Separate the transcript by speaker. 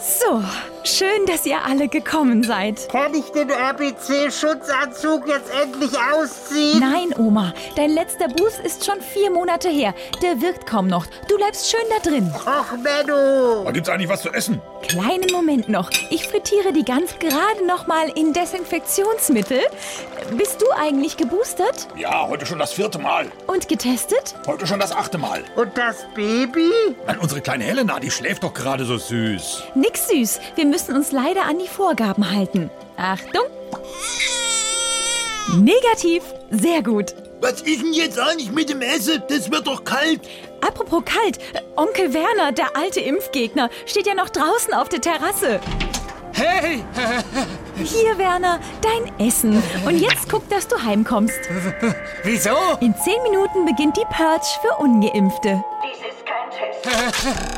Speaker 1: So, schön, dass ihr alle gekommen seid.
Speaker 2: Kann ich den RBC-Schutzanzug jetzt endlich ausziehen?
Speaker 1: Nein, Oma, dein letzter Boost ist schon vier Monate her. Der wirkt kaum noch. Du bleibst schön da drin.
Speaker 2: Och, Menno!
Speaker 3: Da gibt's eigentlich was zu essen.
Speaker 1: Kleinen Moment noch. Ich frittiere die Gans gerade nochmal in Desinfektionsmittel. Bist du eigentlich geboostert
Speaker 3: Ja, heute schon das vierte Mal.
Speaker 1: und getestet?
Speaker 3: Heute schon das achte Mal.
Speaker 2: Und das Baby?
Speaker 3: Mann, unsere kleine Helena, die schläft doch gerade so süß.
Speaker 1: Nix süß. Wir müssen uns leider an die Vorgaben halten. Achtung. Negativ. Sehr gut.
Speaker 4: Was ist denn jetzt eigentlich mit dem Essen? Das wird doch kalt.
Speaker 1: Apropos kalt, äh, Onkel Werner, der alte Impfgegner, steht ja noch draußen auf der Terrasse.
Speaker 4: Hey,
Speaker 1: Hier, Werner, dein Essen. Und jetzt guck, dass du heimkommst.
Speaker 4: wieso?
Speaker 1: In zehn Minuten beginnt die Purge für Ungeimpfte.
Speaker 5: Dies ist kein Test.